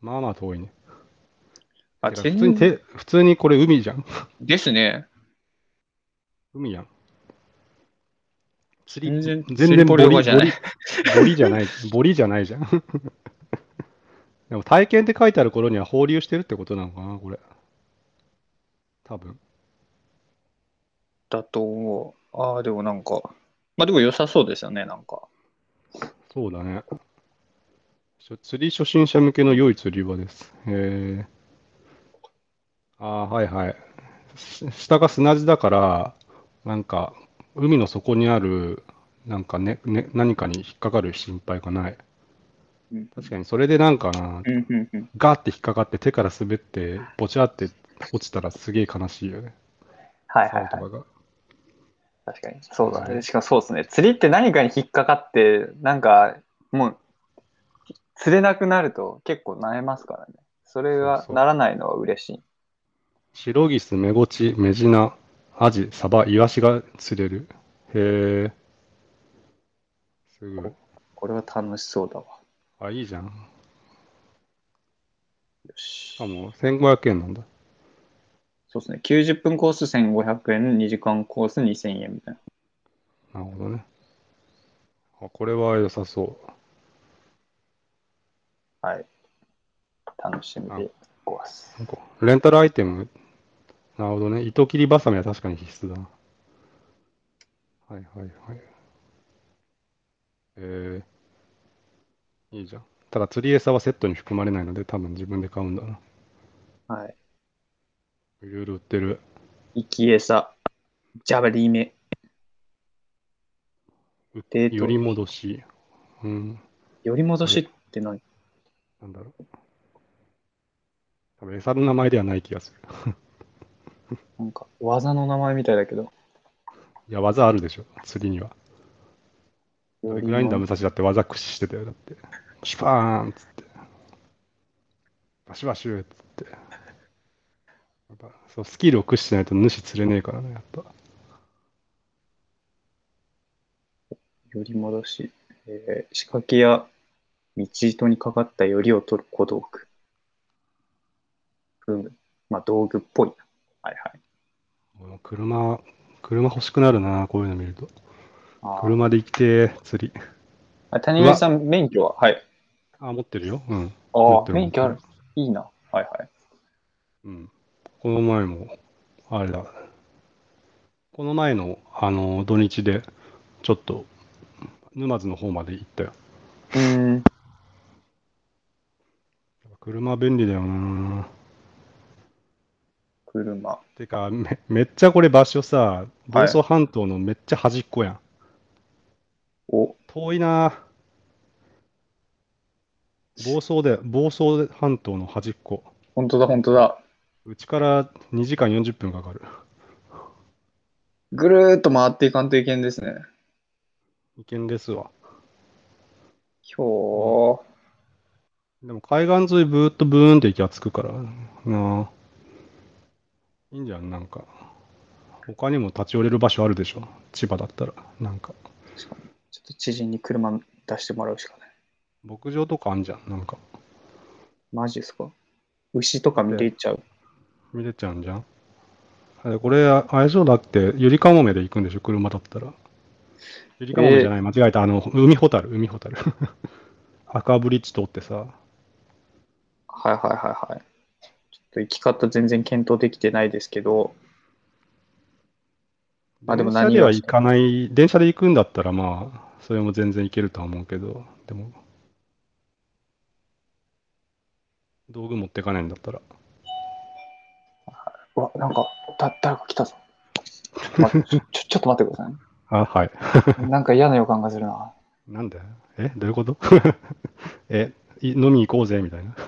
まあまあ遠いね。
あ、
てか普通に
全然
て、普通にこれ海じゃん。
ですね。
海やん。釣り、
全然、
全然ボ
ボ
リ
リ
ボ
ボ
リ
リじゃない。
ボリじゃない。ボリじゃないじゃん。 でも体験って書いてある頃には放流してるってことなのかな、これ。多分。
だと思う。ああ、でもなんか、まあでも良さそうですよね、なんか。
そうだね。しょ釣り初心者向けの良い釣り場です。へえ。ああー、はいはい。し下が砂地だから、なんか、海の底にある、なんかね、ね、何かに引っかかる心配がない。
うん
確かに、それでなんかな、
うんうんうん。
ガーって引っかかって手から滑って、ぼちゃって落ちたらすげえ悲しいよね。
はいはい
竿
はい
と。かが。
確かに。そうだね。しかもそうですね。釣りって何かに引っかかって、なんか、もう、釣れなくなると結構悩ますからね。それ
そう
が
そう
ならないのは嬉しい。
白ギス、メゴチ、メジナ、アジ、サバ、イワシが釣れる。へえ。すごい。
これは楽しそうだわ。
あ、いいじゃん。
よし
しか。も1500円なんだ。
そうですね。90分コース1500円、2時間コース2000円みたいな。
なるほどね。あ、これは良さそ
はい。楽しみでごわす
う。。なんかレンタルアイテム、なるほどね。糸切りバサミは確かに必須だな。はいはいはい。えー、いいじゃん。ただ釣り餌はセットに含まれないので、多分自分で買うんだな。
はい。
いろいろ売ってる。
生き餌、ジャバリメ、デート
より戻し。うん。
より戻しって何
なんだろう。多分餌の名前ではない気がする。
なんか技の名前みたいだけど。
いや、技あるでしょ。釣りには。
より
グラインダー武蔵だって技駆使してたよ、だって。シュパーンっつって。バシバシューっつって。やっぱそうスキルを駆使しないと主釣れねえからね、やっぱ。
より戻し、えー仕掛けや道糸にかかったよりを取る小道具。ふむ。まあ道具っぽいな。はいはい。
もう車、車欲しくなるな、こういうの見ると。
あー
車で行きてー、釣り。
あ谷口さん、免許ははい。
あ、持ってるよ。うん。持
あ
っ
あ、
てる
免許ある。。いいな。はいはい。
うん。この前も、あれだ。この前の、あの、土日で、ちょっと、沼津の方まで行ったよ。
うーん。
車便利だよな。
車。
てかめ、めっちゃこれ場所さ、房総半島のめっちゃ端っこやん。
お、
遠いな。房総で、房総半島の端っこ。
本当だ本当だ。
うちから2時間40分かかる。
ぐるーっと回っていかんといけんですね。
危険ですわ。
今日、
でも海岸沿いブーっとブーンって行きゃ着くからな。いいんじゃん、なんか。他にも立ち寄れる場所あるでしょ。千葉だったら。なんか、
ちょっと知人に車出してもらうしかない。
牧場とかあんじゃん。なんか、
マジですか牛とか見ていっちゃう。
見れちゃうんじゃん。あれこれ、ああれそうだって、ゆりかもめで行くんでしょ、車だったら。ゆりかもめじゃない、間違えた。あの、海ほたる、海ほたる。 赤ブリッジ通ってさ、
はいはいはいはい。ちょっと行き方全然検討できてないですけど、まあでも
電車
何
で
よ
は
り
行かない、電車で行くんだったら、まあ、それも全然行けるとは思うけど、でも、道具持ってかないんだったら。
うわ、なんか、だ、誰か来たぞ。 ちょっと待ってちょ、ちょっと待ってくださいね
あ、はい。
なんか嫌な予感がするな。
なんでえどういうこと えい飲みに行こうぜみたいな。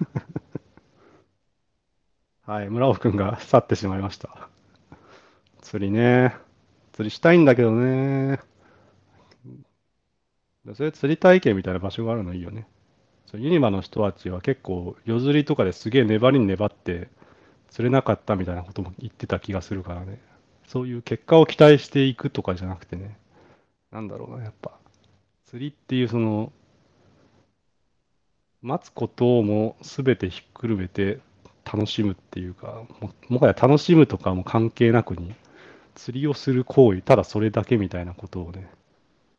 はい、村尾くんが去ってしまいました。釣りね。釣りしたいんだけどね。でそれ釣り体験みたいな場所があるのいいよね。そうユニバの人たちは結構夜釣りとかですげえ粘りに粘って釣れなかったみたいなことも言ってた気がするからね。そういう結果を期待していくとかじゃなくてね。なんだろうな、やっぱ。釣りっていうその待つことも全てひっくるめて楽しむっていうかももはや楽しむとかも関係なくに釣りをする行為ただそれだけみたいなことをね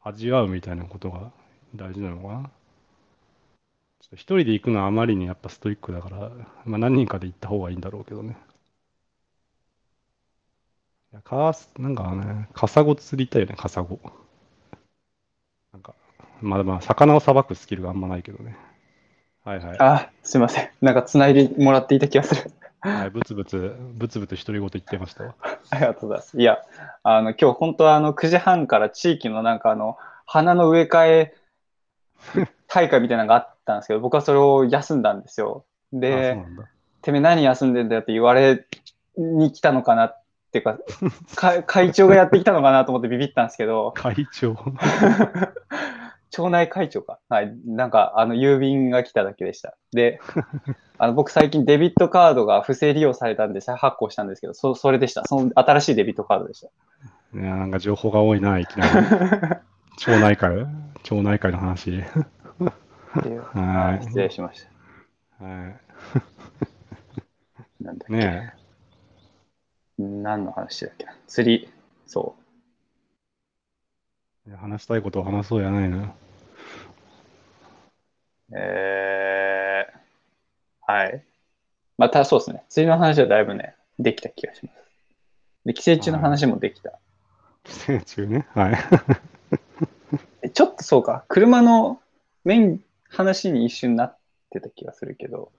味わうみたいなことが大事なのかなちょっと一人で行くのはあまりにやっぱストイックだから、まあ、何人かで行った方がいいんだろうけどねいやカースなんかねカサゴ釣りたいよねカサゴなんかまあまあ、魚をさばくスキルがあんまないけどね。はいはい。
あ、すいません。なんか繋いでもらっていた気がする。
はい、ぶつぶつ、ぶつぶつ独り言言ってましたわ。
ありがとうございます。いや、あの、今日本当はあの、9時半から地域のなんかあの、花の植え替え 大会みたいなのがあったんですけど、僕はそれを休んだんですよ。
あそう
で、
なんだ。
てめえ何休んでんだよって言われに来たのかなっていう か、か会長がやってきたのかなと思ってビビったんですけ ど、
会長。
町内会長か。はい。なんか、あの、郵便が来ただけでした。 で、あの、僕最近デビットカードが不正利用されたんで、再発行したんですけど、そ、それでした。その新しいデビットカードでした。
いやなんか情報が多いな、いきなり。町内会町内会の話。
っていう
は
失礼しました。
い。は
なんだっけ、
い、ね
何の話だっけな釣り。そ
えいや話したいことを話そうじゃないな。
う。えー、はい。またそうですね。釣りの話はだいぶね、できた気がします。で、寄生虫の話もできた。
寄生虫ね。はい。
えちょっとそうか、車のメイン話に一瞬なってた気がするけど、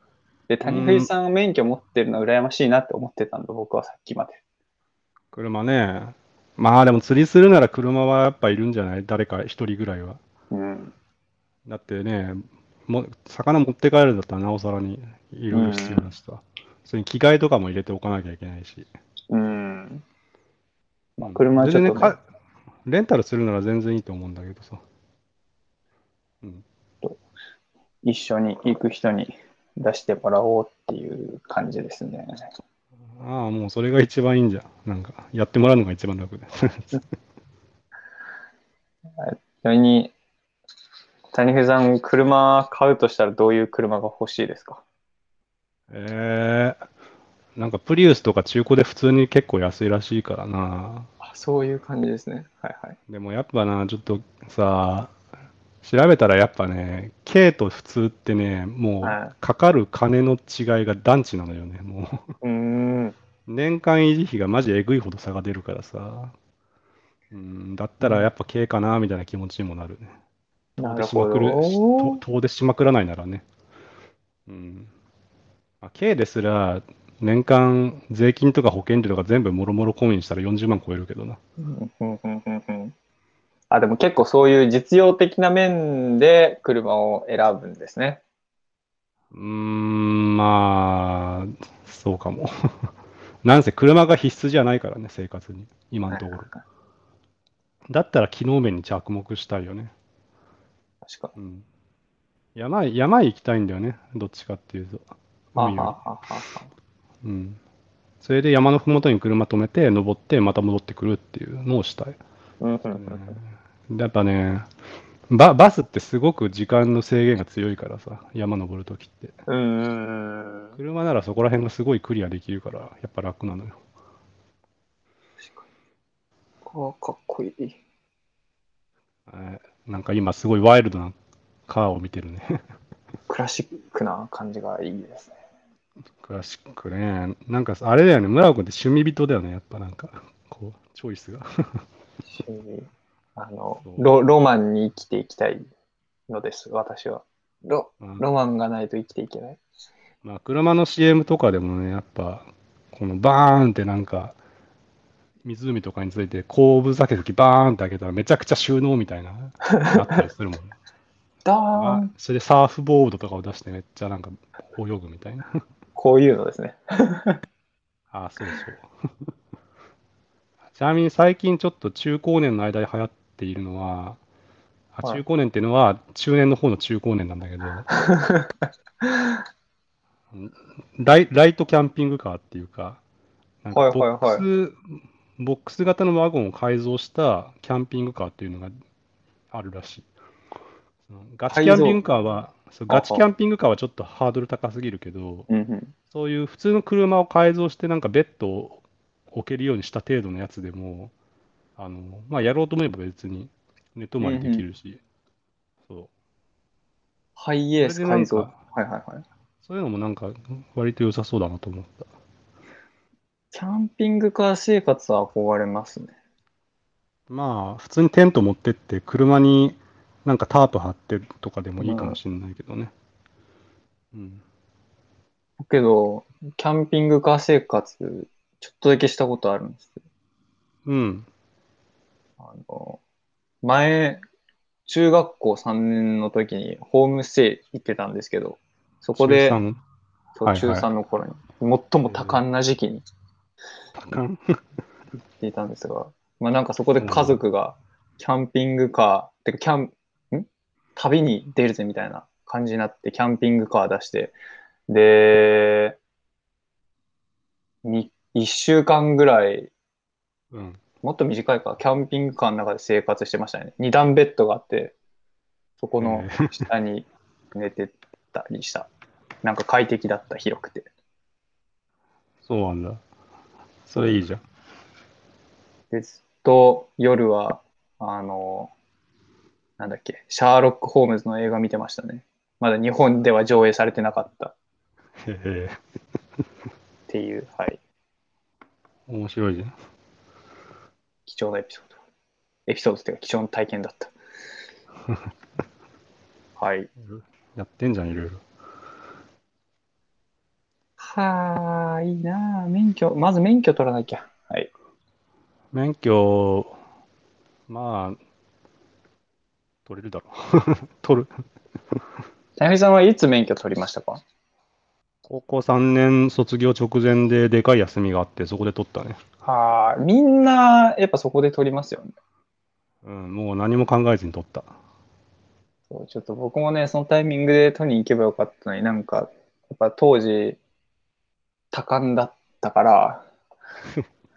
で、谷藤さんが免許持ってるの羨ましいなって思ってたんで、僕はさっきまで。
車ね。まあでも釣りするなら車はやっぱいるんじゃない誰か一人ぐらいは。
うん。
だってね、も魚持って帰るんだったらなおさらにいろいろ必要だしさ、それに着替えとかも入れておかなきゃいけないし、
うん。まあ、車はちょっとね、
全然ねかレンタルするなら全然いいと思うんだけどさ、
一緒に行く人に出してもらおうっていう感じですね。
ああ、もうそれが一番いいんじゃん。なんか、やってもらうのが一番楽で。
それに、谷藤さん、車買うとしたらどういう車が欲しいですか
えー、なんかプリウスとか中古で普通に結構安いらしいからな。
あそういう感じですね。はいはい。
でもやっぱな、ちょっとさ、調べたらやっぱね、軽と普通ってね、も
は
うかかる金の違いが団地なのよね、もう。
うーん。
年間維持費がマジえぐいほど差が出るからさ。うん、だったらやっぱ軽かなみたいな気持ちにもなるね。
な
遠出
る
しま
ほ
くる、
ど
と。遠出しまくらないならね。うん。まあ、軽ですら、年間税金とか保険料とか全部もろもろ込みにしたら40万超えるけどな。
うんうんうんうんうんあでも結構そういう実用的な面で車を選ぶんですね。
うーん、まあ、そうかも。 なんせ車が必須じゃないからね、生活に。今のところ。
確
だったら機能面に着目したいよね。
かに。
うん山へ、山へ行きたいんだよね。どっちかっていうと。
あは
海より
ははは
うん。それで山のふもとに車止めて、登って、また戻ってくるっていうのをしたい。
うんうんうん
うんやっぱね、バ、バスってすごく時間の制限が強いからさ、山登るときって。
うんうんうん
車ならそこら辺がすごいクリアできるから、やっぱ楽なのよ。
あかっこいい。
えーなんか今すごいワイルドなカーを見てるね。
クラシックな感じがいいですね。
クラシックね。なんかさあれだよね、村尾君って趣味人だよね、やっぱなんか、こう、チョイスが。
しあの
そう
ロロマンに生きていきたいのです、私は。ロ
うん
ロマンがないと生きていけない。
まあ、車の CM とかでもね、やっぱ、このバーンってなんか、湖とかについて後部座席バーンって開けたらめちゃくちゃ収納みたいな、あったりするもんね。
ダー
あ
ン
それでサーフボードとかを出してめっちゃなんか泳ぐみたいな。
こういうのですね。
あ、そうそう。 ちなみに最近ちょっと中高年の間で流行っているのは、あ
はい
中高年っていうのは中年の方の中高年なんだけど、 ライ、ライトキャンピングカーっていうか、なんか
はい
ボ
はい
ック
はい
ス、ボックス型のワゴンを改造したキャンピングカーっていうのがあるらしい。そのガチキャンピングカーは、そうガチキャンピングカーはちょっとハードル高すぎるけど、
うんうん。
そういう普通の車を改造して、なんかベッドを置けるようにした程度のやつでも、あの、まあ、やろうと思えば別に寝泊まりできるし、そう。
ハイエー
そ
ス
れでなん
改
か
造。はいはいはい。
そういうのもなんか、割と良さそうだなと思った。
キャンピングカー生活は憧れますね。
まあ、普通にテント持ってって、車になんかタープ張ってとかでもいいかもしれないけどね。うん。
けど、キャンピングカー生活、ちょっとだけしたことあるんですけど、
うん。
あの、前、中学校3年の時にホームステイ行ってたんですけど、そこで、
中3
そう
はいはい
中3の頃に、最も多感な時期に行
高ん
っていたんですが、まあなんかそこで家族がキャンピングカー、てかキャン、ん旅に出るぜみたいな感じになって、キャンピングカー出して、で、に1週間ぐらい
うん。
もっと短いか、キャンピングカーの中で生活してましたね。二段ベッドがあって、そこの
えー
下に寝てたりした。なんか快適だった、広くて。
そうなんだ。それいいじゃん。
で、ずっと夜は、あの、なんだっけ、シャーロック・ホームズの映画見てましたね。まだ日本では上映されてなかったっ
へえ、
ていう、はい、
面白いじゃん。
貴重なエピソード。エピソードっていうか、貴重な体験だ った。はい。
やってんじゃん、いろいろ。
はあ、いいなあ免許、まず免許取らなきゃ。はい。
免許、まあ、取れるだろう。 取る。
なぎさんはいつ免許取りましたか
高校3年卒業直前ででかい休みがあって、そこで取ったね。
はあ、みんな、やっぱそこで取りますよね。
うん、もう何も考えずに取った。
そう、ちょっと僕もね、そのタイミングで取りに行けばよかったのに、なんか、やっぱ当時、多感だったから、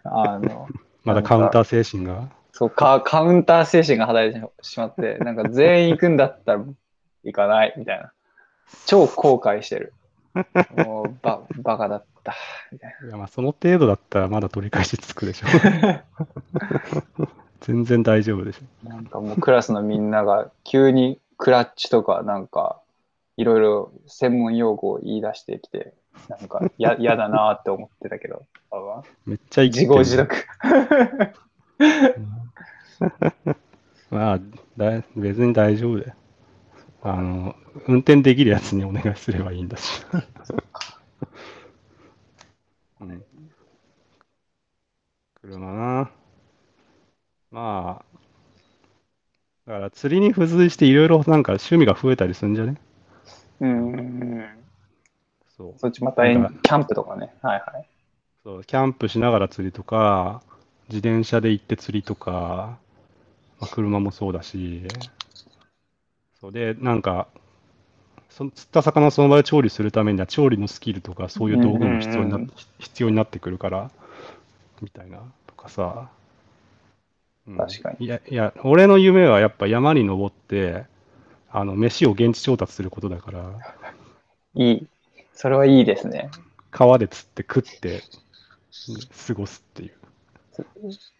あの、
まだカウンター精神が。
そうか、カウンター精神が働いてしまって、なんか全員行くんだったら行かない、みたいな。超後悔してる。もう、ば、バカだった、みたい
いや、まあ、その程度だったらまだ取り返しつ くでしょ。全然大丈夫でしょ。
な。なんかもうクラスのみんなが急にクラッチとか、なんか、いろいろ専門用語を言い出してきて、なんか、や、嫌だなーって思ってたけど、あまあ
めっちゃ生きて
自業
る
自得。
まあ、だ別に大丈夫だよ。あの、運転できるやつにお願いすればいいんだし。うん車な。まあ、だから釣りに付随していろいろなんか趣味が増えたりするんじゃね
うん。
そう。
そっちまたエ
なん
ン、キャンプとかね。はいはい。
そう、キャンプしながら釣りとか、自転車で行って釣りとか、まあ、車もそうだし、そうで、なんか、その釣った魚をその場で調理するためには、調理のスキルとか、そういう道具も必要にな
うんうんう
必要になってくるから、みたいな、とかさ。うん
確かに
いや、いや、俺の夢はやっぱ山に登って、あの、飯を現地調達することだから、
いい。それはいいですね。
川で釣って食って、過ごすっていう。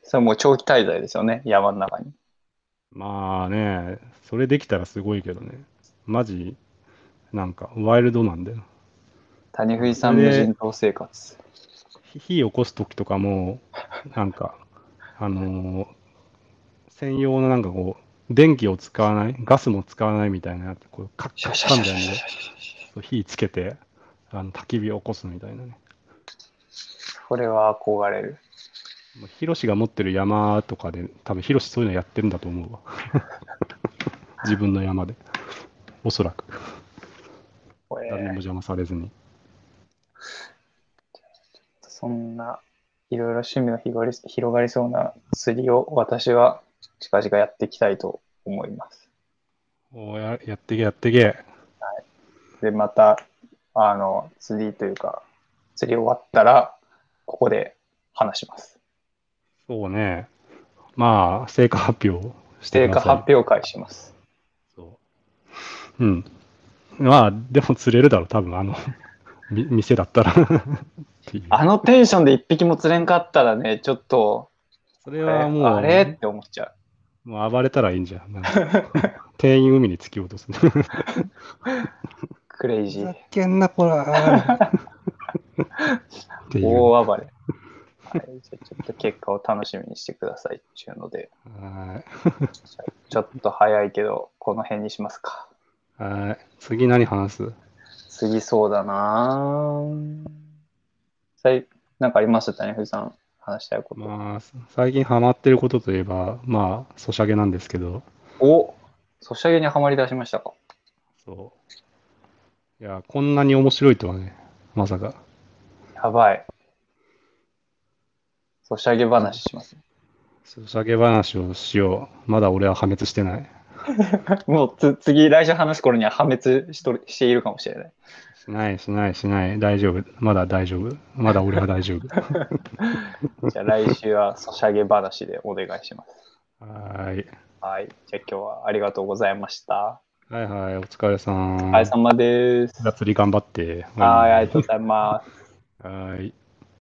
それもう長期滞在ですよね。山の中に。
まあね、それできたらすごいけどね。マジ、なんか、ワイルドなんだよ。
谷藤さん無人島生活。
火火起こすときとかも、なんか、あのー専用のなんかこう、電気を使わない、ガスも使わないみたいな、こう、カッ
シ
カ
ャ
ッ
シ
カ
ャ
み
シャシャシャ
たいな
シャ
そう火つけて、あの焚き火を起こすみたいなね。
それは憧れる。
もうヒロシが持ってる山とかで、多分ヒロシそういうのやってるんだ と思うわ。自分の山で。おそらく。
これ
誰にも邪魔されずに。
そんないろいろ趣味が広がり広がりそうな釣りを私は近々やっていきたいと思います。
おーややってけ、やってけ。
で、また、あの、釣りというか、釣り終わったら、ここで話します。
そうね。まあ、成果発表して
成
く
果
ださい。
発表会します。
そう。うん。まあ、でも釣れるだろう、多分あの、み店だったらっていう。
あのテンションで一匹も釣れんかったらね、ちょっと、
それ
あ
はも
れ
う、
あれって思っちゃう。
もう暴れたらいいんじゃん。なんか店員海に突き落とす。ふ
クレイ ジー。
けんな、こら。っていう。
大暴れ。はい、じゃあちょっと結果を楽しみにしてくださいっていうので、
は
ちょっと早いけど、この辺にしますか。
い。はい。次何話す
次そうだなぁさいなんかあります谷藤さん、話したいこと。
まあ、最近ハマってることといえば、まあ、ソシャゲなんですけど、
おソシャゲにはまり出しましたか。
そう。いや、こんなに面白いとはね、まさか。
やばい。ソシャゲ話します。
ソシャゲ話をしよう。まだ俺は破滅してない。
もうつ次、来週話す頃には破滅しとるしているかもしれない。
しない、しない、しない。大丈夫。まだ大丈夫。まだ俺は大丈 夫。
じゃあ来週はソシャゲ話でお願いします。
はーい。
はい。じゃあ今日はありがとうございました。
はいはい、お疲れさん。
お疲れ様です。
じゃあ釣り頑張って。
はい、ありがとうございます。
はい。